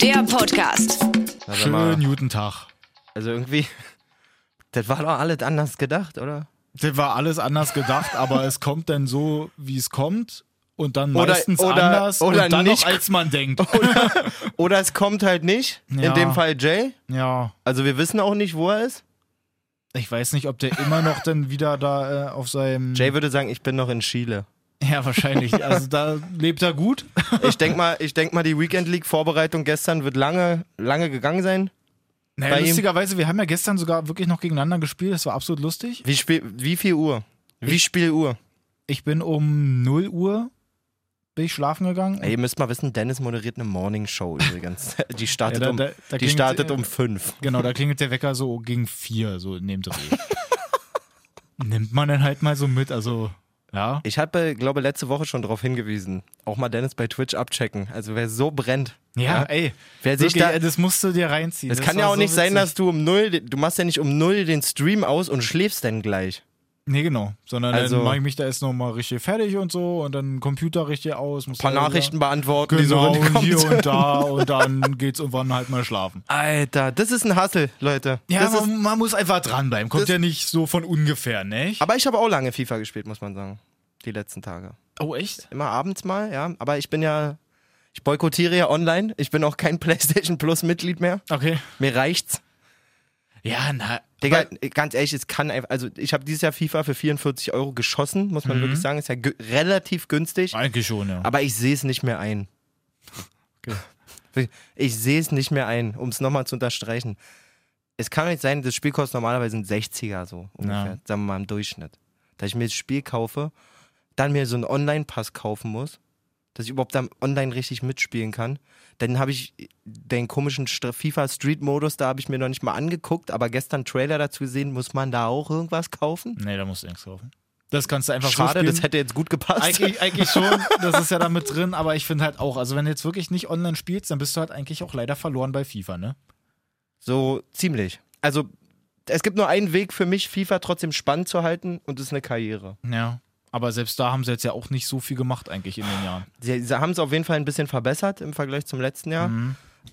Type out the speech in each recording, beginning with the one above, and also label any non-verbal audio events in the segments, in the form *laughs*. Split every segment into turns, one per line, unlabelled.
der Podcast.
Na, sag mal,
Schönen guten Tag.
Also irgendwie, *laughs* das war doch alles anders gedacht, oder?
Das war alles anders gedacht, aber es kommt dann so, wie es kommt. Und dann
Oder-
meistens
oder-
anders
oder
und dann
nicht.
noch, als
*laughs*
man denkt.
Oder es kommt halt nicht,
Ja.
in dem Fall Jay.
ja,
Also wir wissen auch nicht, wo er ist.
ich weiß nicht, ob der immer noch dann wieder da äh, auf seinem...
Jay würde sagen, ich bin noch in Chile.
ja, wahrscheinlich. Also da lebt er gut.
Ich denk mal, ich denk mal, die Weekend League Vorbereitung gestern wird lange, lange gegangen sein.
Naja,
Bei ihm-
lustigerweise, wir haben ja gestern sogar wirklich noch gegeneinander gespielt. Das war absolut lustig.
Wie, spiel, wie viel Uhr? Wie Spiel Uhr?
Ich bin um 0 Uhr bin ich schlafen gegangen.
Ey, ihr müsst mal wissen, Dennis moderiert eine Morning Show übrigens. Die startet,
*laughs* Ja, da- da-
um, die
da klingt-
startet um fünf.
Genau, da klingelt der Wecker so gegen vier, so in dem Dreh.
*laughs*
Nimmt man dann halt mal so mit, also ja.
Ich habe, glaube letzte Woche schon darauf hingewiesen. Auch mal Dennis bei Twitch abchecken. Also wer so brennt.
Ja, ey.
Wer sich
wirklich,
da-
ey, das musst du dir reinziehen.
Es
Das
kann
war
ja auch
so
nicht sein,
witzig.
dass du um null, du machst ja nicht um null den Stream aus und schläfst dann gleich.
Nee, genau. Sondern
Also-
dann mache ich mich da erst nochmal richtig fertig und so und dann Computer richtig aus. Muss
Ein paar
da wieder-
Nachrichten beantworten, die so
Genau, und
reinkommen.
hier und da und dann geht's irgendwann halt mal schlafen.
Alter, das ist ein Hassel, Leute.
Ja,
das ist,
man, man muss einfach dranbleiben. Kommt
das-
ja nicht so von ungefähr, ne?
aber ich habe auch lange FIFA gespielt, muss man sagen. Die letzten Tage.
Oh, echt?
Immer abends mal, ja. Aber ich bin ja, ich boykottiere ja online. Ich bin auch kein *laughs* PlayStation Plus Mitglied mehr.
Okay.
Mir reicht's.
Ja, na.
Digga, ganz ehrlich, es kann einfach, also ich habe dieses Jahr FIFA für 44 Euro geschossen, muss
Mhm.
man wirklich sagen. Ist ja gü- relativ günstig.
Eigentlich schon, ja.
Aber ich sehe es nicht mehr ein. Ich sehe es nicht mehr ein, um es nochmal zu unterstreichen. Es kann nicht sein, das Spiel kostet normalerweise ein 60er so ungefähr,
Ja.
sagen wir mal im Durchschnitt. Dass ich mir das Spiel kaufe, dann mir so einen Online-Pass kaufen muss, dass ich überhaupt dann online richtig mitspielen kann. Dann habe ich den komischen Stre- FIFA Street-Modus, da habe ich mir noch nicht mal angeguckt, aber gestern Trailer dazu gesehen, muss man da auch irgendwas kaufen?
Nee, da musst du nichts kaufen. Das kannst du einfach
Schade,
so
das
spielen.
hätte jetzt gut gepasst. *laughs*
eigentlich, eigentlich schon, das ist ja da mit drin, aber ich finde halt auch, also wenn du jetzt wirklich nicht online spielst, dann bist du halt eigentlich auch leider verloren bei FIFA, ne?
So ziemlich. Also es gibt nur einen Weg für mich, FIFA trotzdem spannend zu halten und das ist eine Karriere.
Ja. Aber selbst da haben sie jetzt ja auch nicht so viel gemacht eigentlich in den Jahren.
Sie, sie haben es auf jeden Fall ein bisschen verbessert im Vergleich zum letzten Jahr.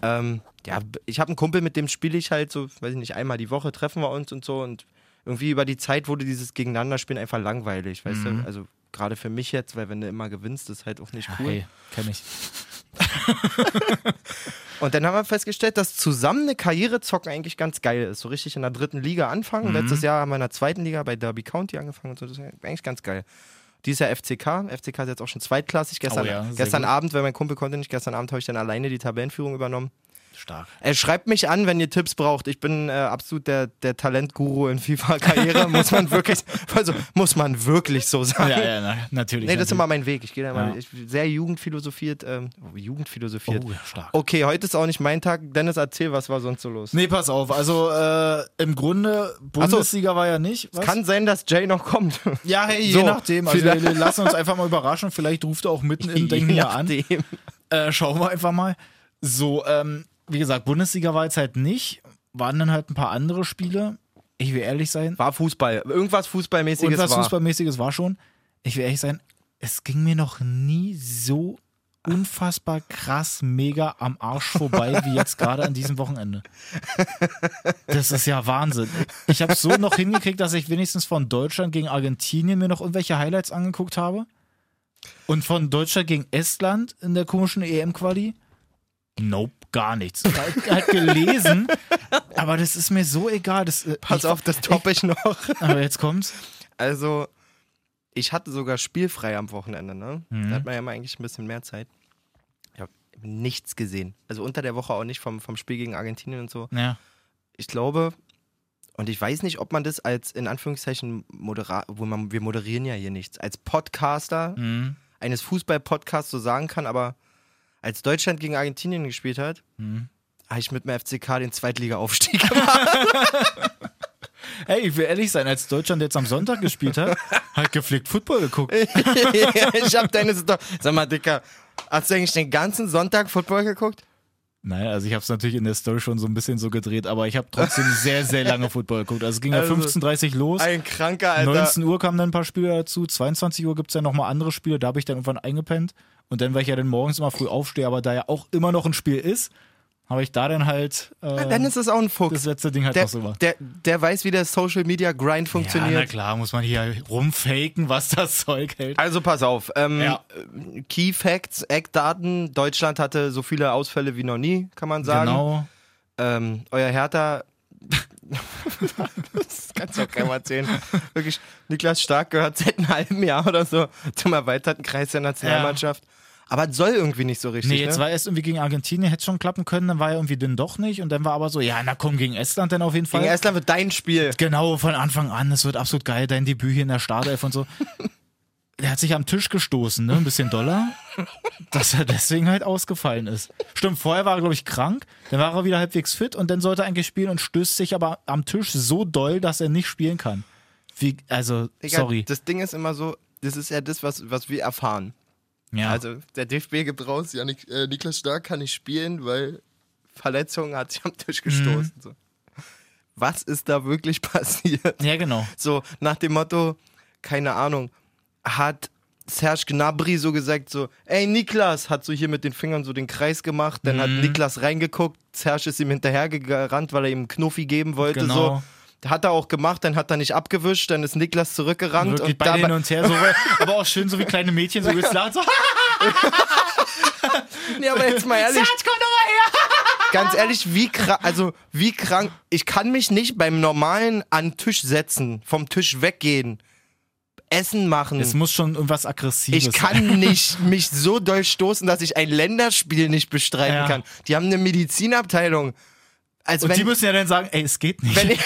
Ähm, ja, ich habe einen Kumpel, mit dem spiele ich halt so, weiß ich nicht, einmal die Woche treffen wir uns und so und irgendwie über die Zeit wurde dieses Gegeneinanderspielen einfach langweilig, weißt du? Also gerade für mich jetzt, weil wenn du immer gewinnst, ist halt auch nicht cool.
Hey, kenn ich.
Und dann haben wir festgestellt, dass zusammen eine Karriere zocken eigentlich ganz geil ist. So richtig in der dritten Liga anfangen.
Mhm.
Letztes Jahr haben wir in der zweiten Liga bei Derby County angefangen und so. Das ist eigentlich ganz geil. Dieses Jahr FCK. FCK ist jetzt auch schon zweitklassig. Gestern,
Oh ja, sehr
gestern
gut.
Abend, weil mein Kumpel konnte nicht, gestern Abend habe ich dann alleine die Tabellenführung übernommen.
Stark.
Äh, schreibt mich an, wenn ihr Tipps braucht. Ich bin äh, absolut der, der Talentguru in
*laughs*
FIFA-Karriere. muss man wirklich, also muss man wirklich so sagen.
Ja, ja, na, natürlich.
Nee, das ist
natürlich.
immer mein Weg. Ich gehe da immer
Ja.
ich, sehr jugendphilosophiert. Ähm, oh, jugendphilosophiert.
Oh, ja, stark.
Okay, heute ist auch nicht mein Tag. Dennis, erzähl, was war sonst so los?
Nee, pass auf. Also äh, im Grunde, Bundesliga war ja nicht. Was?
Kann sein, dass Jay noch kommt.
*laughs*
*laughs*
ja, hey, je
So,
nachdem. Also wir *laughs*
vielleicht-
wir lassen uns einfach mal überraschen. Vielleicht ruft er auch
*laughs*
mitten im Ding hier an.
nachdem.
Äh, schauen wir einfach mal. So, ähm, wie gesagt, Bundesliga war jetzt halt nicht. Waren dann halt ein paar andere Spiele. Ich will ehrlich sein.
War Fußball. Irgendwas Fußballmäßiges
Und was
war.
Fußballmäßiges war schon. Ich will ehrlich sein, es ging mir noch nie so unfassbar krass mega am Arsch vorbei wie jetzt gerade an diesem Wochenende. Das ist ja Wahnsinn. Ich habe so noch hingekriegt, dass ich wenigstens von Deutschland gegen Argentinien mir noch irgendwelche Highlights angeguckt habe und von Deutschland gegen Estland in der komischen EM Quali. Nope, gar nichts. Halt, halt gelesen, aber das ist mir so egal. Das, äh,
Pass
ich,
auf, das toppe ich noch. *laughs*
Aber jetzt kommt's.
Also, ich hatte sogar spielfrei am Wochenende, ne?
Mhm.
Da hat man ja mal eigentlich ein bisschen mehr Zeit. Ich habe nichts gesehen. Also unter der Woche auch nicht vom, vom Spiel gegen Argentinien und so.
Ja.
ich glaube, und ich weiß nicht, ob man das als in Anführungszeichen Modera wo man, wir moderieren ja hier nichts, als Podcaster
Mhm.
eines Fußball-Podcasts so sagen kann, aber als Deutschland gegen Argentinien gespielt hat,
Hm.
habe ich mit dem FCK den Zweitliga-Aufstieg *laughs* gemacht.
Ey, ich will ehrlich sein, als Deutschland jetzt am Sonntag gespielt hat, *laughs* hat gepflegt Football geguckt.
ich habe deine Sto- Sag mal, Dicker, hast du eigentlich den ganzen Sonntag Football geguckt?
Naja, also ich habe es natürlich in der Story schon so ein bisschen so gedreht, aber ich habe
*laughs*
trotzdem sehr, sehr lange Football geguckt. Also es ging
Also,
ja 15.30 Uhr los.
Ein kranker Alter.
19 Uhr kamen dann ein paar Spiele dazu, 22 Uhr gibt es ja nochmal andere Spiele, da habe ich dann irgendwann eingepennt. Und dann, weil ich ja dann morgens immer früh aufstehe, aber da ja auch immer noch ein Spiel ist, Aber ich da dann halt äh,
Ja, dann ist es auch ein Fuchs.
das letzte Ding halt
Ah, der,
noch so war.
der, der weiß, wie der Social Media Grind
Ja,
funktioniert.
na klar, muss man hier rumfaken, was das *laughs* Zeug hält.
also pass auf. Ähm,
Ja.
Key Facts, Eckdaten. Deutschland hatte so viele Ausfälle wie noch nie, kann man sagen.
Genau.
Ähm, euer Hertha. *laughs* das kannst du auch keinem erzählen. *laughs* Wirklich, Niklas Stark gehört seit einem halben Jahr oder so zum erweiterten Kreis der Nationalmannschaft. Aber es soll irgendwie nicht so richtig.
Nee, jetzt
ne?
war erst irgendwie gegen Argentinien, hätte schon klappen können, dann war er irgendwie dann doch nicht. Und dann war aber so, ja, na komm, gegen Estland dann auf jeden Fall.
Gegen Estland wird dein Spiel.
Genau, von Anfang an, es wird absolut geil, dein Debüt hier in der Startelf und so. *laughs* Der hat sich am Tisch gestoßen, ne? Ein bisschen Dollar, *laughs* dass er deswegen halt ausgefallen ist. Stimmt, vorher war er, glaube ich, krank, dann war er wieder halbwegs fit und dann sollte er eigentlich spielen und stößt sich aber am Tisch so doll, dass er nicht spielen kann. Wie, also,
Digga,
sorry.
Das Ding ist immer so, das ist ja das, was, was wir erfahren.
Ja.
Also der DFB gibt raus, Janik, äh, Niklas Stark kann nicht spielen, weil Verletzung hat sich am Tisch gestoßen. So. Was ist da wirklich *laughs* passiert?
ja, genau.
So nach dem Motto, keine Ahnung, hat Serge Gnabry so gesagt, so, ey Niklas, hat so hier mit den Fingern so den Kreis gemacht, dann
Mhm.
hat Niklas reingeguckt, Serge ist ihm hinterhergerannt, weil er ihm einen Knuffi geben wollte,
Genau.
so. Hat er auch gemacht, dann hat er nicht abgewischt, dann ist Niklas zurückgerannt
Wirklich
und
beide hin
dabei,
und her, so, aber auch schön, so wie kleine Mädchen, so
*laughs*
gelacht, so,
Nee, aber jetzt
*laughs*
mal ehrlich,
Satz, komm doch mal her! *laughs*
ganz ehrlich, wie krank, also wie krank, ich kann mich nicht beim normalen an Tisch setzen, vom Tisch weggehen, Essen machen.
Es muss schon irgendwas Aggressives
Hm. ich kann nicht mich so doll stoßen, dass ich ein Länderspiel nicht bestreiten
Ja.
kann. Die haben eine Medizinabteilung. Also
Und
wenn,
die müssen ja dann sagen, ey, es geht nicht.
wenn, ich,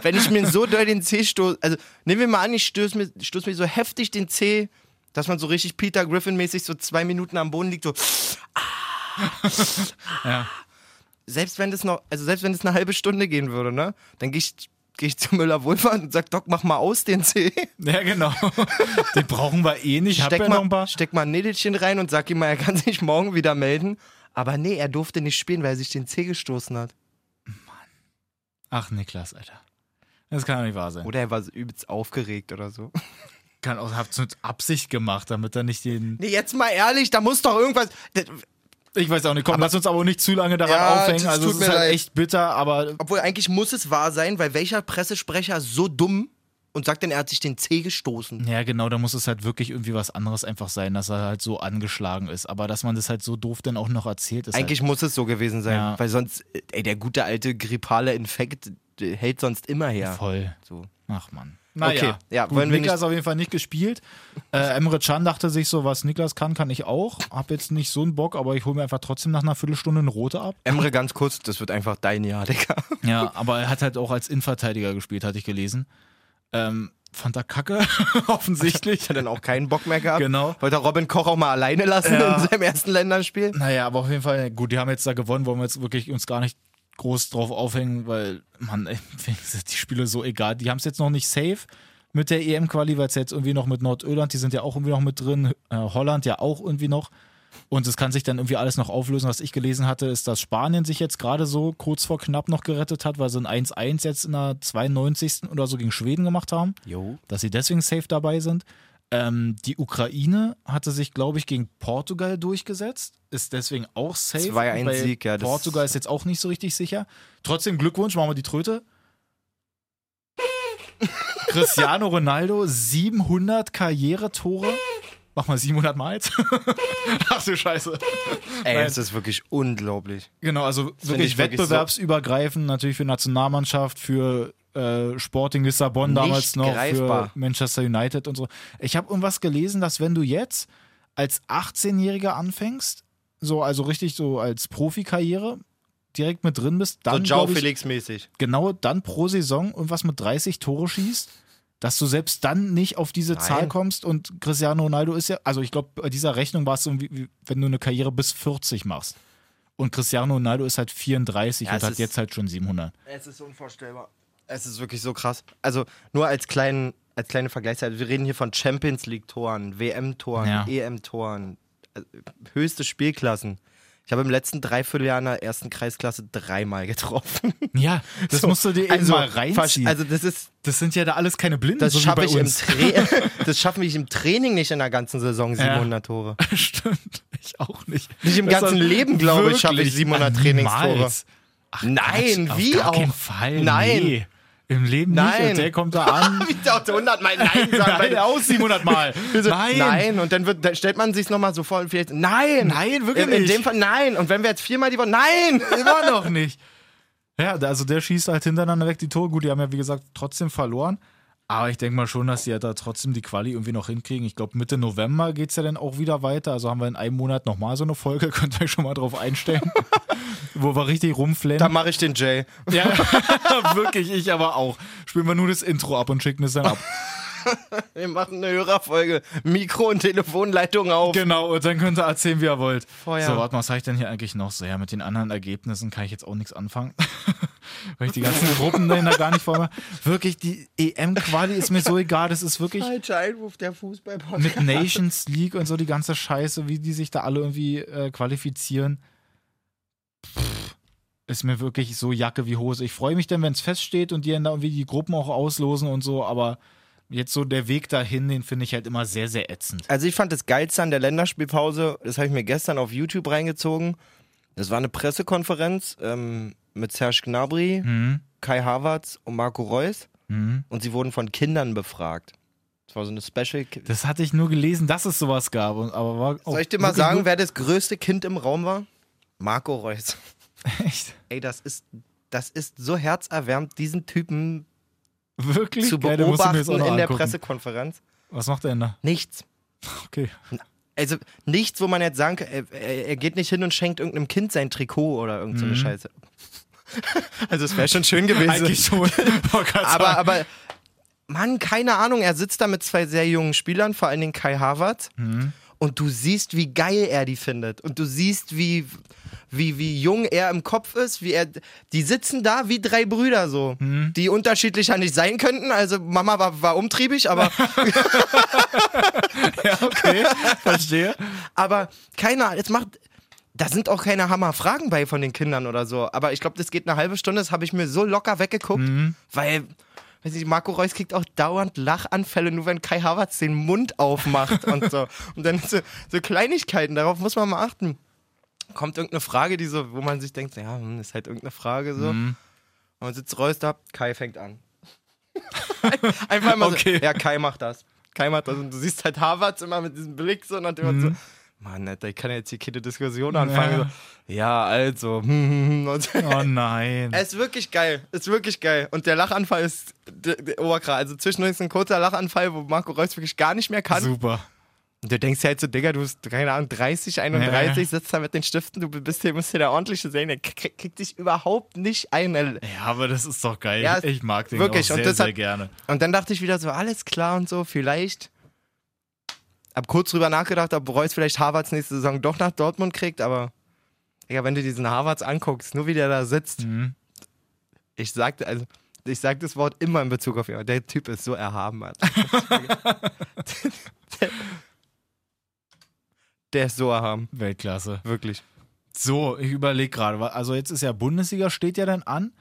wenn ich mir so doll den Zeh stoße, also nehmen wir mal an, ich stoße mir, stoß mir so heftig den Zeh, dass man so richtig Peter Griffin-mäßig so zwei Minuten am Boden liegt, so.
*laughs* ja.
selbst wenn das noch, also selbst wenn das eine halbe Stunde gehen würde, ne, dann gehe ich, geh ich zu Müller Wohlfahrt und sag, Doc, mach mal aus den Zeh.
*laughs* Ja, genau. Den brauchen wir eh nicht. Ich hab ja
Steck
noch
mal,
ein paar.
steck mal ein Nädelchen rein und sag ihm mal, er kann *laughs* sich morgen wieder melden. Aber nee, er durfte nicht spielen, weil er sich den Zeh gestoßen hat.
Ach, Niklas, Alter. Das kann doch nicht wahr sein.
Oder er war so übelst aufgeregt oder so. *laughs*
Kann auch, hab's mit Absicht gemacht, damit er nicht den.
Nee, jetzt mal ehrlich, da muss doch irgendwas. Das,
Ich weiß auch nicht, komm, lass uns aber auch nicht zu lange daran
Ja, das
aufhängen. Also,
tut
es
mir
ist halt
leid.
echt bitter, aber
obwohl, eigentlich muss es wahr sein, weil welcher Pressesprecher so dumm und sagt denn, er hat sich den Zeh gestoßen?
Ja, genau, da muss es halt wirklich irgendwie was anderes einfach sein, dass er halt so angeschlagen ist. Aber dass man das halt so doof dann auch noch erzählt, ist halt
Eigentlich muss es so gewesen sein,
Ja.
weil sonst, ey, der gute alte grippale Infekt äh, hält sonst immer her.
halt voll.
So.
Ach man.
Okay,
Naja,
ja,
Gut,
wollen wir
Niklas auf jeden Fall nicht gespielt. Äh, Emre Can dachte sich so, was Niklas kann, kann ich auch. Hab jetzt nicht so einen Bock, aber ich hole mir einfach trotzdem nach einer Viertelstunde eine rote ab.
Emre, ganz kurz, das wird einfach dein Jahr, Digga.
Ja, aber er hat halt auch als Innenverteidiger gespielt, hatte ich gelesen. Ähm, fand er kacke, *laughs* offensichtlich.
Hat dann auch keinen Bock mehr gehabt.
Genau.
Wollte er Robin Koch auch mal alleine lassen
Ja.
in seinem ersten Länderspiel.
Naja, aber auf jeden Fall, gut, die haben jetzt da gewonnen, wollen wir jetzt wirklich uns gar nicht groß drauf aufhängen, weil, Mann, ey, *laughs* sind die Spiele so egal. Die haben es jetzt noch nicht safe mit der EM-Quali, weil es jetzt irgendwie noch mit Nordirland, die sind ja auch irgendwie noch mit drin, äh, Holland ja auch irgendwie noch. Und es kann sich dann irgendwie alles noch auflösen. Was ich gelesen hatte, ist, dass Spanien sich jetzt gerade so kurz vor knapp noch gerettet hat, weil sie ein 1-1 jetzt in der 92. oder so gegen Schweden gemacht haben
Jo.
dass sie deswegen safe dabei sind. Ähm, die Ukraine hatte sich, glaube ich, gegen Portugal durchgesetzt, ist deswegen auch safe.
2-1
Bei
Sieg, ja, das-
Portugal ist jetzt auch nicht so richtig sicher. Trotzdem Glückwunsch, machen wir die Tröte. *laughs* Cristiano Ronaldo, 700 Karrieretore. Mach mal 700 Mal jetzt. *laughs* Ach du Scheiße.
Ey,
Nein.
das ist wirklich unglaublich.
Genau, also
finde
wirklich
ich wirklich
wettbewerbsübergreifend, natürlich für Nationalmannschaft, für äh, Sporting Lissabon
Nicht
damals noch,
greifbar.
für Manchester United und so. Ich habe irgendwas gelesen, dass wenn du jetzt als 18-Jähriger anfängst, so also richtig so als Profikarriere direkt mit drin bist, dann
so Joe
glaub ich,
Felix-mäßig.
genau dann pro Saison irgendwas mit 30 Tore schießt, dass du selbst dann nicht auf diese
Nein.
Zahl kommst und Cristiano Ronaldo ist ja, also ich glaube, bei dieser Rechnung war es so, wie, wie, wenn du eine Karriere bis 40 machst. Und Cristiano Ronaldo ist halt 34
Ja,
und
es
hat
ist-
jetzt halt schon 700.
Es ist unvorstellbar. Es ist wirklich so krass. Also nur als kleinen als kleine Vergleichsseite. Wir reden hier von Champions League-Toren, WM-Toren,
Ja.
EM-Toren, also höchste Spielklassen. Ich habe im letzten Dreivierteljahr in der ersten Kreisklasse dreimal getroffen.
Ja, das musst du dir eben
Also,
mal reinziehen.
Also das ist
das sind ja da alles keine Blinden,
Das
so wie
schaffe
bei
ich, im *laughs*
uns.
Tra das schaffe ich im Training nicht in der ganzen Saison, 700 Tore.
*laughs* Stimmt. ich auch nicht.
Nicht im
Das
ganzen
war-
Leben, glaube ich, habe ich
Wirklich?
700 Trainingstore.
Niemals. Ach,
Nein,
Quatsch,
wie
auf gar
auch?
keinen Fall.
Nein.
Nee. Im Leben
Nein.
nicht. Und der
*laughs*
kommt da an.
Wie dachte 100 Mal Nein sagen.
Nein,
weil-
auch
*laughs*
700 Mal.
Also,
Nein.
nein, und dann, wird, dann stellt man sich nochmal so vor, und vielleicht, nein,
Nein, wirklich
in, in
nicht.
dem Fall, nein. Und wenn wir jetzt viermal die Woche, nein!
Immer noch nicht. *laughs* Ja, da- also der schießt halt hintereinander weg die Tore. Gut, die haben ja, wie gesagt, trotzdem verloren. Aber ich denke mal schon, dass die ja da trotzdem die Quali irgendwie noch hinkriegen. Ich glaube, Mitte November geht es ja dann auch wieder weiter. Also haben wir in einem Monat nochmal so eine Folge. *laughs* Könnt ihr euch schon mal drauf
*laughs*
einstellen. wo wir
*laughs*
richtig
Da
rumflennen.
mache ich den Jay.
*laughs* Ja, wirklich, ich aber auch. Spielen wir nur das Intro ab und schicken es dann ab.
Wir machen eine Hörerfolge. Mikro- und Telefonleitung auf.
*laughs* Genau, und dann könnt ihr erzählen, wie ihr wollt.
Feuer.
So, warte mal, was habe ich denn hier eigentlich noch? So, ja, mit den anderen Ergebnissen kann ich jetzt auch nichts anfangen. *laughs* Weil ich die ganzen Gruppen da gar nicht vor mir. Wirklich, die EM-Quali ist mir so egal. Das ist wirklich
Falscher Einwurf der fußball
mit Nations League und so die ganze Scheiße, wie die sich da alle irgendwie äh, qualifizieren. Pff, Ist mir wirklich so Jacke wie Hose. Ich freue mich dann, wenn es feststeht und die dann da irgendwie die Gruppen auch auslosen und so, aber jetzt so der Weg dahin, den finde ich halt immer sehr, sehr ätzend.
Also ich fand das Geilste an der Länderspielpause, das habe ich mir gestern auf YouTube reingezogen. Das war eine Pressekonferenz ähm, mit Serge Gnabry,
Mhm.
Kai Havertz und Marco Reus.
Mhm.
Und sie wurden von Kindern befragt. Das war so eine Special...
Das hatte ich nur gelesen, dass es sowas gab. und- Aber war auch
Soll ich dir mal
Oh, wirklich
sagen,
nur-
wer das größte Kind im Raum war? Marco Reus.
*laughs* echt
Ey, das ist, das ist so herzerwärmend, diesen Typen
wirklich
zu
Geil, den musst du mir
beobachten
jetzt auch
in
noch
der
angucken.
Pressekonferenz.
Was macht er denn da?
Nichts.
Okay.
Also nichts, wo man jetzt sagen kann, er- er, er geht nicht hin und schenkt irgendeinem Kind sein Trikot oder irgend so
Mhm.
eine Scheiße. *laughs* Also es wäre schon schön gewesen.
Eigentlich schon.
*laughs* Aber,
aber
aber, Mann, keine Ahnung, er sitzt da mit zwei sehr jungen Spielern, vor allen Dingen Kai Havertz.
Mhm.
Und du siehst, wie geil er die findet. Und du siehst, wie, wie, wie jung er im Kopf ist. Wie er, die sitzen da wie drei Brüder so,
Mhm.
die unterschiedlicher nicht sein könnten. Also Mama war, war umtriebig, aber
*laughs*
*laughs*
ja, okay, verstehe.
Aber keiner, jetzt macht. Da sind auch keine Hammerfragen bei von den Kindern oder so. Aber ich glaube, das geht eine halbe Stunde. Das habe ich mir so locker weggeguckt, weil, weiß nicht, Marco Reus kriegt auch dauernd Lachanfälle, nur wenn Kai Havertz den Mund aufmacht und so. Und dann so, so Kleinigkeiten, darauf muss man mal achten. Kommt irgendeine Frage, die so, wo man sich denkt, ja, hm, ist halt irgendeine Frage so. Und sitzt Reus da, Kai fängt an. Einfach immer
Okay.
so, ja, Kai macht das. Kai macht das. Und du siehst halt Havertz immer mit diesem Blick so und immer so, Mann, Alter, ich kann ja jetzt hier keine Diskussion anfangen.
Ja.
So, ja, also. hm, hm, hm. Und
Oh nein.
*laughs* es ist wirklich geil, ist wirklich geil. Und der Lachanfall ist der, der Oberkrass. Also zwischendurch ist ein kurzer Lachanfall, wo Marco Reus wirklich gar nicht mehr kann.
Super.
Und du denkst dir halt so, Digga, du bist, keine Ahnung, 30, 31, sitzt da mit den Stiften, du bist hier, musst hier der ordentliche sehen, der kriegt kriegt dich überhaupt nicht ein.
Ja, aber das ist doch geil.
Ja,
ich mag den
wirklich, und
auch sehr,
das hat-
sehr gerne.
Und dann dachte ich wieder so, alles klar und so, vielleicht. Hab kurz drüber nachgedacht, ob Reus vielleicht Harvards nächste Saison doch nach Dortmund kriegt, aber. Digga, wenn du diesen Harvards anguckst, nur wie der da sitzt.
Mhm.
Ich sagte, also. Ich sage das Wort immer in Bezug auf ihn. aber Der Typ ist so erhaben,
*laughs*
Alter. *laughs* der, der ist so erhaben,
Weltklasse.
wirklich.
So, ich überlege gerade. wa- Also jetzt ist ja Bundesliga, steht ja dann an.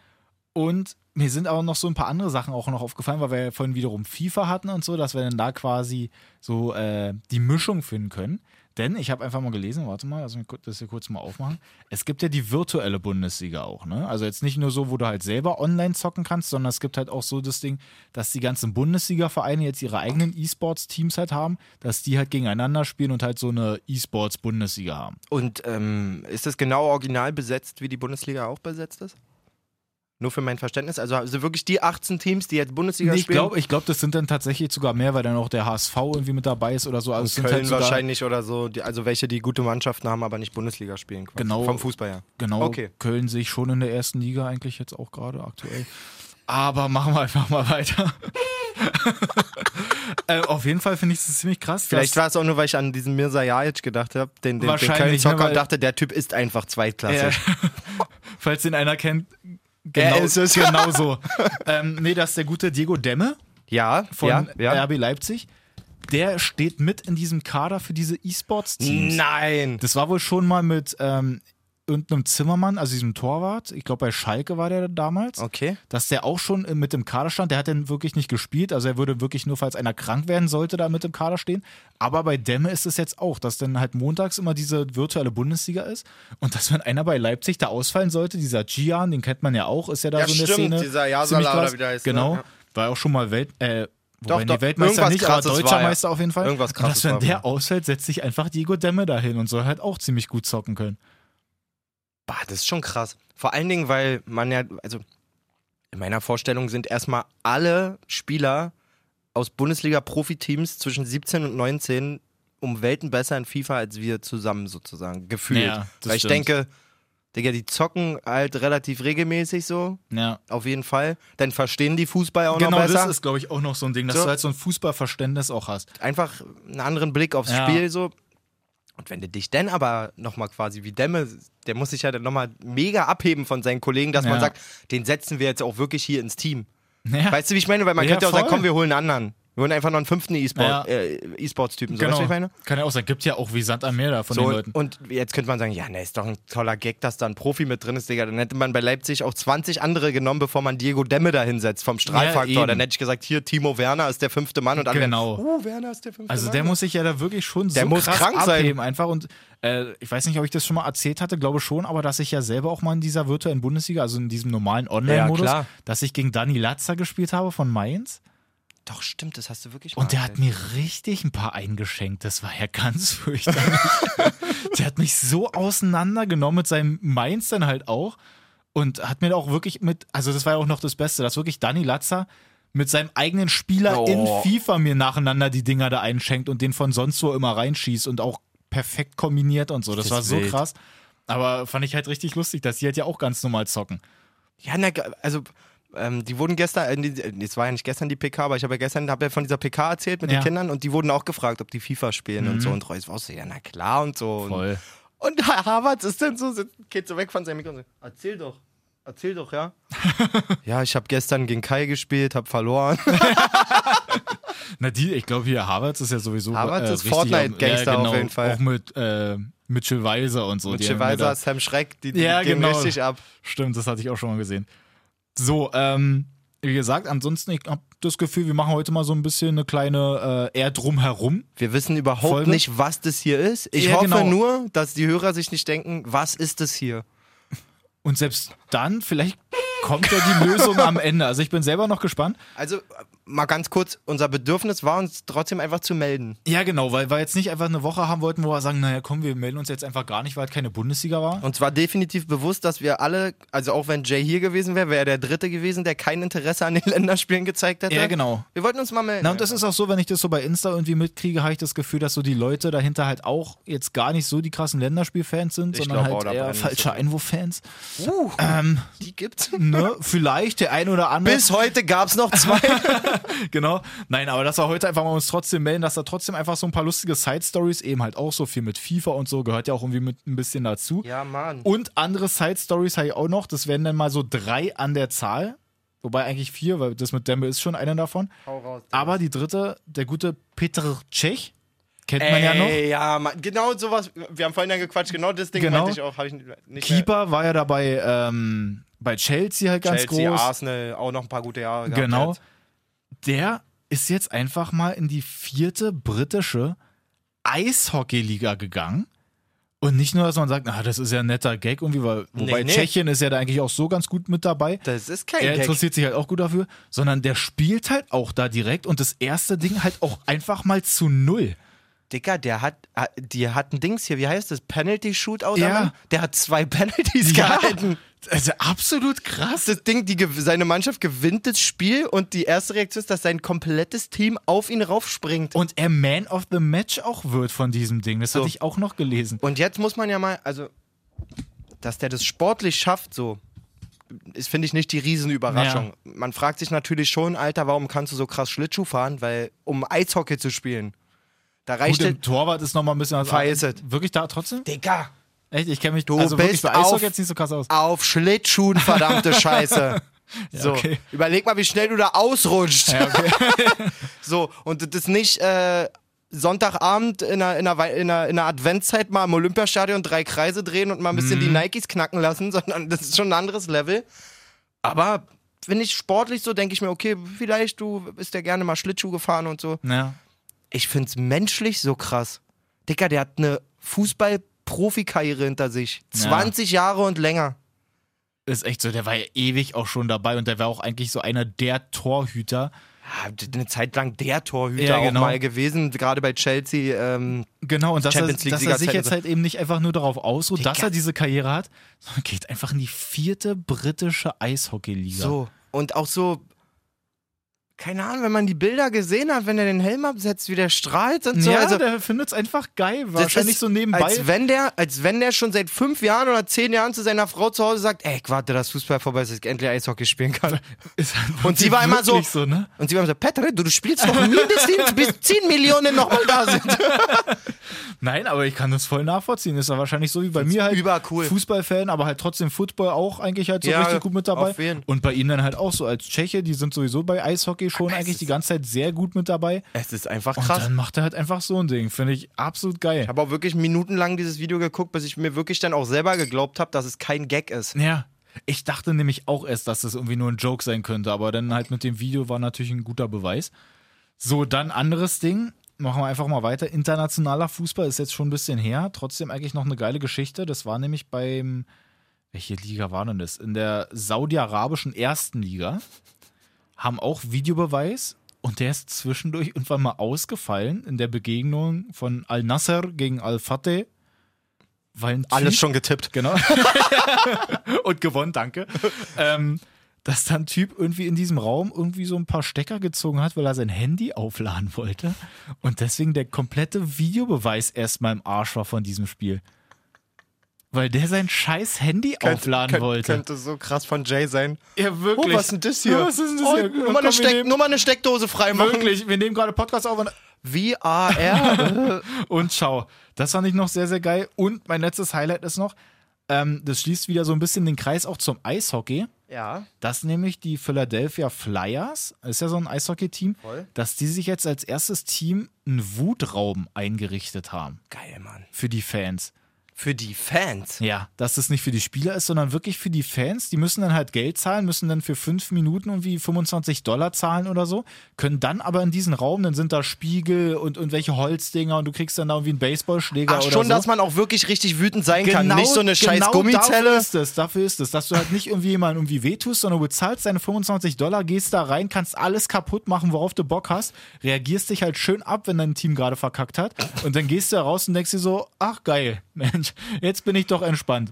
Und mir sind aber noch so ein paar andere Sachen auch noch aufgefallen, weil wir ja vorhin wiederum FIFA hatten und so, dass wir dann da quasi so äh, die Mischung finden können. Denn ich habe einfach mal gelesen, warte mal, lass mich kurz- das hier kurz mal aufmachen. Es gibt ja die virtuelle Bundesliga auch, ne? Also jetzt nicht nur so, wo du halt selber online zocken kannst, sondern es gibt halt auch so das Ding, dass die ganzen Bundesliga-Vereine jetzt ihre eigenen E-Sports-Teams halt haben, dass die halt gegeneinander spielen und halt so eine E-Sports-Bundesliga haben.
Und ähm, ist das genau original besetzt, wie die Bundesliga auch besetzt ist? Nur für mein Verständnis. Also, also wirklich die 18 Teams, die jetzt Bundesliga
Nee, ich
spielen.
glaube, ich glaub, das sind dann tatsächlich sogar mehr, weil dann auch der HSV irgendwie mit dabei ist oder so. Also es sind
Köln
halt sogar,
wahrscheinlich oder so, die, also welche, die gute Mannschaften haben, aber nicht Bundesliga spielen. Quasi.
Genau.
Vom Fußball her.
Genau,
Okay.
Köln sehe ich schon in der ersten Liga eigentlich jetzt auch gerade aktuell. Aber machen wir einfach mal weiter. *laughs* äh, auf jeden Fall finde ich es ziemlich krass.
Vielleicht
dass,
war es auch nur, weil ich an diesen Mirza Jajic gedacht habe, den, den, den
Wahrscheinlich, ne,
Köln-Zocker,
weil-
und dachte, der Typ ist einfach
äh,
zweitklassig.
falls den einer kennt,
Er
genau,
ist es.
genau
*laughs*
so. ähm, nee, dass der gute Diego Demme
Ja,
*laughs* von
ja, ja.
RB Leipzig, der steht mit in diesem Kader für diese E-Sports-Teams.
Nein!
Das war wohl schon mal mit ähm, und einem Zimmermann, also diesem Torwart, ich glaube bei Schalke war der damals,
Okay.
dass der auch schon äh, mit im Kader stand. Der hat dann wirklich nicht gespielt, also er würde wirklich nur, falls einer krank werden sollte, da mit im Kader stehen. Aber bei Demme ist es jetzt auch, dass dann halt montags immer diese virtuelle Bundesliga ist und dass wenn einer bei Leipzig da ausfallen sollte, dieser Gian, den kennt man ja auch, ist ja da
Ja,
so in der
stimmt,
Szene.
dieser Yasala
ziemlich
oder
krass.
wie der heißt, ne?
Genau,
Ja.
war auch schon mal Welt. Äh,
Doch,
Wobei,
doch,
nee, Weltmeister
irgendwas
nicht, aber
Krasses war,
deutscher
ja.
Meister auf jeden Fall.
Irgendwas
und dass,
Krasses
wenn
war,
der
ja.
ausfällt, setzt sich einfach Diego Demme dahin und soll halt auch ziemlich gut zocken können.
Bah, das ist schon krass. Vor allen Dingen, weil man ja, also in meiner Vorstellung sind erstmal alle Spieler aus Bundesliga-Profiteams zwischen 17 und 19 um Welten besser in FIFA als wir zusammen sozusagen, gefühlt.
Ja, das
weil ich
stimmt.
denke, Digga, die zocken halt relativ regelmäßig so,
Ja.
auf jeden Fall. Dann verstehen die Fußball auch noch
Genau,
besser.
das ist, glaube ich, auch noch so ein Ding, dass
So.
du halt so ein Fußballverständnis auch hast.
Einfach einen anderen Blick aufs
Ja.
Spiel so. Und wenn du dich dann aber nochmal quasi wie Dämme, der muss sich ja dann nochmal mega abheben von seinen Kollegen, dass
Ja.
man sagt, den setzen wir jetzt auch wirklich hier ins Team.
Ja.
Weißt du, wie ich meine? Weil man
Ja,
könnte auch sagen,
voll.
komm, wir holen einen anderen. Wir holen einfach noch einen fünften E-Sport-
Ja.
äh, E-Sports-Typen. so, Weißt du, wie ich meine?
genau. Kann ja auch sein. Gibt ja auch wie Sand am Meer da von
So,
den
und,
Leuten.
und jetzt könnte man sagen, ja, ne, ist doch ein toller Gag, dass da ein Profi mit drin ist, Digga. Dann hätte man bei Leipzig auch 20 andere genommen, bevor man Diego Demme da hinsetzt vom Strahlfaktor.
eben.
dann hätte ich gesagt, hier, Timo Werner ist der fünfte Mann. Und alle
Genau.
wären, Oh, Werner ist der fünfte
Also
Mann.
der muss sich ja da wirklich schon
Der
so
muss
krass
krank sein.
abheben einfach und äh, ich weiß nicht, ob ich das schon mal erzählt hatte, glaube schon, aber dass ich ja selber auch mal in dieser virtuellen Bundesliga, also in diesem normalen Online-Modus,
Ja, klar.
dass ich gegen Dani Latzer gespielt habe von Mainz
Doch, stimmt, das hast du wirklich mal
und der hat
erzählt.
mir richtig ein paar eingeschenkt. Das war ja ganz *laughs* fürchterlich. der hat mich so auseinandergenommen mit seinem Mainz dann halt auch und hat mir da auch wirklich mit, also das war ja auch noch das Beste, dass wirklich Dani Latzer mit seinem eigenen Spieler
Oh.
in FIFA mir nacheinander die Dinger da einschenkt und den von sonst wo immer reinschießt und auch perfekt kombiniert und so. Das,
Das
war
ist
so
wild.
krass. Aber fand ich halt richtig lustig, dass die halt ja auch ganz normal zocken.
Ja, na, ge- also. Ähm, die wurden gestern, äh, die- äh, es war ja nicht gestern die PK, aber ich habe ja gestern hab ja von dieser PK erzählt mit
Ja. Mhm.
den Kindern und die wurden auch gefragt, ob die FIFA spielen und so. Und Reus war auch so, ja, na klar und so. Und Und Herr Havertz ist dann so, geht so weg von seinem Mikro und sagt, erzähl doch, erzähl doch,
*laughs*
ja. ja, ich habe gestern gegen Kai gespielt, habe
*laughs*
verloren.
Na, die, ich glaube hier, Harvards ist ja sowieso. äh,
Havertz ist
richtig
Fortnite-Gangster
am- genau,
auf jeden Fall.
Auch mit äh, Mitchell Weiser und so.
Und
die haben
Weiser,
ja da-
Sam Schreck, die, die
Ja,
gehen
genau.
richtig ab.
Stimmt, das hatte ich auch schon mal gesehen. So, ähm, wie gesagt, ansonsten, ich habe das Gefühl, wir machen heute mal so ein bisschen eine kleine äh, eher drumherum.
Wir wissen überhaupt
Folge?
nicht, was das hier ist. Ich
Ja,
hoffe
genau.
nur, dass die Hörer sich nicht denken, was ist das hier?
Und selbst dann, vielleicht kommt ja
*laughs*
die Lösung am Ende. Also ich bin selber noch gespannt.
Also, äh, mal ganz kurz, unser Bedürfnis war uns trotzdem einfach zu melden.
Ja, genau, weil wir jetzt nicht einfach eine Woche haben wollten, wo wir sagen, naja, komm, wir melden uns jetzt einfach gar nicht, weil halt keine Bundesliga war.
Uns war definitiv bewusst, dass wir alle, also auch wenn Jay hier gewesen wäre, wäre er der Dritte gewesen, der kein Interesse an den *laughs* Länderspielen gezeigt hätte.
Ja, genau.
Wir wollten uns mal melden.
Na, und das ist auch so, wenn ich das so bei Insta irgendwie mitkriege, habe ich das Gefühl, dass so die Leute dahinter halt auch jetzt gar nicht so die krassen Länderspielfans sind,
Ich
sondern
glaub auch,
halt
da
eher
brennen nicht
falsche
so.
Einwurffans.
Uh,
Ähm,
die gibt's. *laughs*
ne, vielleicht der ein oder andere.
Bis heute gab es noch zwei.
genau. Nein, aber dass wir heute einfach mal uns trotzdem melden, dass da trotzdem einfach so ein paar lustige Side-Stories, eben halt auch so viel mit FIFA und so, gehört ja auch irgendwie mit ein bisschen dazu.
*laughs* ja, Mann.
Und andere Side-Stories habe ich auch noch. Das wären dann mal so drei an der Zahl. Wobei eigentlich vier, weil das mit Dembe ist schon einer davon.
Hau raus.
Aber die dritte, der gute Petr Cech, kennt man ja noch.
Ey, ja, Mann. Genau sowas. Wir haben vorhin ja gequatscht. Genau das Ding
Genau.
meinte ich auch. Hab ich nicht mehr-
Keeper war ja dabei ähm, bei Chelsea halt ganz
Chelsea,
groß.
Arsenal, auch noch ein paar gute Jahre gehabt.
Genau.
jetzt.
Der ist jetzt einfach mal in die vierte britische Eishockeyliga gegangen. Und nicht nur, dass man sagt, na, das ist ja ein netter Gag irgendwie, weil, wobei
Nee, nee.
Tschechien ist ja da eigentlich auch so ganz gut mit dabei.
Das ist kein
Er
Gag.
interessiert sich halt auch gut dafür, sondern der spielt halt auch da direkt und das erste Ding halt auch einfach mal zu null.
Dicker, der hat, ah, die hat ein Dings hier, wie heißt das? Penalty Shootout?
Ja.
am Ende? Der hat zwei *laughs* Penalties gehalten.
Also absolut krass.
Das Ding, die, gew- seine Mannschaft gewinnt das Spiel und die erste Reaktion ist, dass sein komplettes Team auf ihn raufspringt.
Und er Man of the Match auch wird von diesem Ding. Das
So.
hatte ich auch noch gelesen.
Und jetzt muss man ja mal, also, dass der das sportlich schafft, so, ist, finde ich, nicht die Riesenüberraschung. Man fragt sich natürlich schon, Alter, warum kannst du so krass Schlittschuh fahren? Weil, um Eishockey zu spielen, da
Gut,
reicht der.
im Torwart ist nochmal ein bisschen was
Verheißet.
Wirklich da trotzdem?
Digga,
Echt? Ich kenne mich
Du
also wirklich
bist
bei Eishockey
auf-
jetzt nicht so krass aus.
auf Schlittschuhen,
*laughs*
verdammte Scheiße. So,
okay.
*laughs* überleg mal, wie schnell du da ausrutscht.
Ja, okay.
So, und das ist nicht äh, Sonntagabend in einer, in, einer, Wei- in, einer, in einer Adventszeit mal im Olympiastadion drei Kreise drehen und mal ein bisschen die
Mhm.
Nikes knacken lassen, *laughs* sondern das ist schon ein anderes Level. Aber wenn ich sportlich so denke ich mir, okay, vielleicht du bist ja gerne mal Schlittschuh gefahren und so.
Ja.
Ich find's menschlich so krass. Dicker, der hat eine Fußball-Profikarriere hinter sich.
Ja.
20 Jahre und länger.
Ist echt so, der war ja ewig auch schon dabei und der war auch eigentlich so einer der Torhüter.
Ja, Ah, Eine Zeit lang der Torhüter
Ja, genau.
auch mal gewesen, gerade bei Chelsea. Ähm,
Genau, und dass, er,
Champions League
dass er
Siegerzeiten
sich jetzt
sind-
halt eben nicht einfach nur darauf ausruht, dass
Digga.
er diese Karriere hat, sondern geht einfach in die vierte britische Eishockeyliga.
So. Und auch so, keine Ahnung, wenn man die Bilder gesehen hat, wenn er den Helm absetzt, wie der strahlt und so.
ja,
also,
der findet es einfach geil.
das
Wahrscheinlich
ist,
so nebenbei.
Als wenn, der, als wenn der schon seit fünf Jahren oder zehn Jahren zu seiner Frau zu Hause sagt, ey, warte, dass Fußball vorbei ist, dass ich endlich Eishockey spielen
*laughs*
kann.
Ist halt
Und sie war immer so-
wirklich ne?
Und sie war immer so, Petre, du, du spielst noch mindestens
*laughs*
bis 10 Millionen nochmal da sind.
Nein, aber ich kann das voll nachvollziehen. Ist ja wahrscheinlich so wie bei mir halt.
übercool.
Fußballfan, aber halt trotzdem Football auch eigentlich halt so
Ja,
richtig gut mit dabei.
auf jeden.
Und bei ihnen dann halt auch so als Tscheche, die sind sowieso bei Eishockey schon
es
eigentlich
ist-
die ganze Zeit sehr gut mit dabei.
Es ist einfach
Und
krass.
dann macht er halt einfach so ein Ding. Finde ich absolut geil.
Ich habe auch wirklich minutenlang dieses Video geguckt, bis ich mir wirklich dann auch selber geglaubt habe, dass es kein Gag ist.
Ja. Ich dachte nämlich auch erst, dass das irgendwie nur ein Joke sein könnte, aber dann halt mit dem Video war natürlich ein guter Beweis. So, dann anderes Ding. Machen wir einfach mal weiter. Internationaler Fußball ist jetzt schon ein bisschen her. Trotzdem eigentlich noch eine geile Geschichte. Das war nämlich beim. Welche Liga war denn das? In der saudi-arabischen ersten Liga haben auch Videobeweis und der ist zwischendurch irgendwann mal ausgefallen in der Begegnung von Al-Nasser gegen Al-Fateh. Weil ein Typ-
Alles schon getippt.
Genau. *laughs* und gewonnen, danke. Ähm, dass dann ein Typ irgendwie in diesem Raum irgendwie so ein paar Stecker gezogen hat, weil er sein Handy aufladen wollte. Und deswegen der komplette Videobeweis erstmal im Arsch war von diesem Spiel. Weil der sein scheiß Handy aufladen
Könnte-
wollte.
Könnte so krass von Jay sein.
Ja, wirklich. Ja, was ist denn das
Oh,
hier?
nur,
Und
mal eine
komm, wir
Steck,
nehmen-
nur mal eine Steckdose freimachen.
Wirklich, wir nehmen gerade Podcast auf und *laughs*
VAR.
Und schau, das fand ich noch sehr, sehr geil. Und mein letztes Highlight ist noch, ähm, das schließt wieder so ein bisschen den Kreis auch zum Eishockey,
ja.
dass nämlich die Philadelphia Flyers, ist ja so ein Eishockey-Team,
Voll.
dass die sich jetzt als erstes Team einen Wutraum eingerichtet haben
Geil, Mann.
für die Fans.
Für die Fans.
Ja, dass das nicht für die Spieler ist, sondern wirklich für die Fans. Die müssen dann halt Geld zahlen, müssen dann für fünf Minuten irgendwie 25 Dollar zahlen oder so, können dann aber in diesen Raum, dann sind da Spiegel und irgendwelche Holzdinger und du kriegst dann da irgendwie einen Baseballschläger
Ach,
oder
schon,
so.
dass man auch wirklich richtig wütend sein kann. Nicht so eine scheiß
genau Dafür
Gummizelle.
ist es, dafür ist es, dass du halt nicht irgendwie jemandem irgendwie wehtust, sondern du bezahlst deine 25 Dollar, gehst da rein, kannst alles kaputt machen, worauf du Bock hast, reagierst dich halt schön ab, wenn dein Team gerade verkackt hat und dann gehst du da raus und denkst dir so, ach geil, *laughs* Mensch, jetzt bin ich doch entspannt.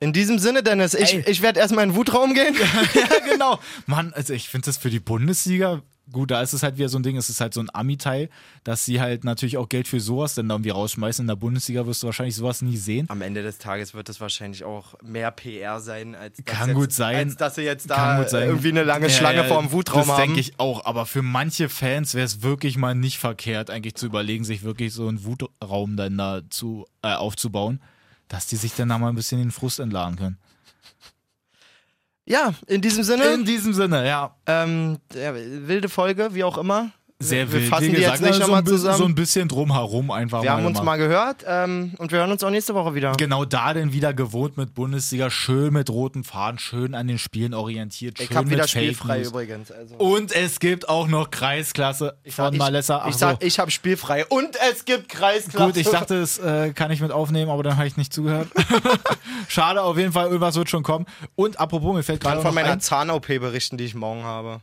In diesem Sinne, Dennis, ich,
Ey.
ich werde erstmal in den Wutraum
*laughs*
gehen.
ja, genau. Mann, also ich finde das für die Bundesliga. Gut, da ist es halt wieder so ein Ding, es ist halt so ein Ami-Teil, dass sie halt natürlich auch Geld für sowas dann da irgendwie rausschmeißen. In der Bundesliga wirst du wahrscheinlich sowas nie sehen.
Am Ende des Tages wird es wahrscheinlich auch mehr PR sein, als, das
Kann
jetzt,
gut sein.
als dass sie jetzt
Kann
da
gut sein.
Ah, irgendwie eine lange
Ja,
Schlange
ja,
vor dem Wutraum
Das
haben.
denke ich auch, aber für manche Fans wäre es wirklich mal nicht verkehrt, eigentlich zu überlegen, sich wirklich so einen Wutraum dann da zu, äh, aufzubauen, dass die sich dann da mal ein bisschen den Frust entladen können.
Ja, in diesem Sinne,
In diesem Sinne, ja.
ähm, ja, wilde Folge, wie auch immer.
Sehr
wir
wild.
fassen
Wie
die
gesagt, ne,
jetzt nicht
so,
nochmal
ein bisschen,
zusammen.
so ein bisschen drumherum einfach
Wir
mal
haben uns
gemacht.
mal gehört ähm, und wir hören uns auch nächste Woche wieder.
Genau da denn wieder gewohnt mit Bundesliga, schön mit roten Faden, schön an den Spielen orientiert, schön
Ich habe
mit
wieder
Fake
spielfrei
News.
übrigens. Also.
Und es gibt auch noch Kreisklasse von
ich,
Malessa. Ach
ich
so.
sag, ich habe spielfrei und es gibt Kreisklasse.
Gut, ich dachte, das äh, kann ich mit aufnehmen, aber dann habe ich
*laughs*
nicht zugehört. Schade, auf jeden Fall, irgendwas wird schon kommen. Und apropos, mir fällt
ich kann
gerade noch
von meiner
ein,
Zahn-OP berichten, die ich morgen habe.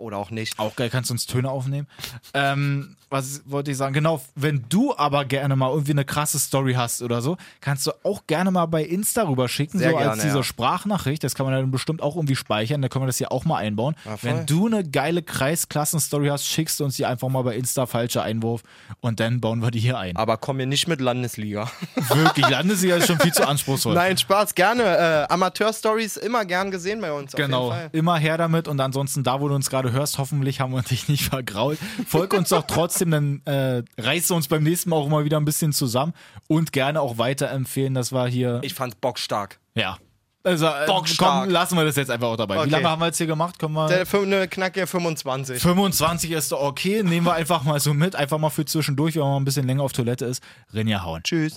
Oder auch nicht.
auch geil, kannst du uns Töne aufnehmen. Ähm, was wollte ich sagen? Genau, wenn du aber gerne mal irgendwie eine krasse Story hast oder so, kannst du auch gerne mal bei Insta rüberschicken,
Sehr
so als
gerne,
diese
ja.
Sprachnachricht. Das kann man dann bestimmt auch irgendwie speichern, da können wir das hier auch mal einbauen.
Ja, voll.
wenn du eine geile Kreisklassen-Story hast, schickst du uns die einfach mal bei Insta, falscher Einwurf, und dann bauen wir die hier ein.
Aber komm mir nicht mit Landesliga.
Wirklich, Landesliga ist schon viel zu
*laughs*
anspruchsvoll.
Nein, Spaß, gerne. Äh, Amateur-Stories immer gern gesehen bei uns.
Genau,
Auf jeden Fall.
immer her damit und ansonsten da, wo du uns gerade hörst, hoffentlich haben wir dich nicht *laughs* vergrault. Folg uns doch trotzdem, dann äh, reißt du uns beim nächsten Mal auch immer wieder ein bisschen zusammen und gerne auch weiterempfehlen, das war hier,
Ich fand's bockstark.
ja, Also, äh,
Bockstark.
komm, lassen wir das jetzt einfach auch dabei. Wie
Okay.
lange haben wir jetzt hier gemacht? Können wir.
Der fün- ne, knackt ja 25.
25 ist doch okay, nehmen wir einfach mal so mit, einfach mal für zwischendurch, wenn man mal ein bisschen länger auf Toilette ist. Rinja hauen.
Tschüss.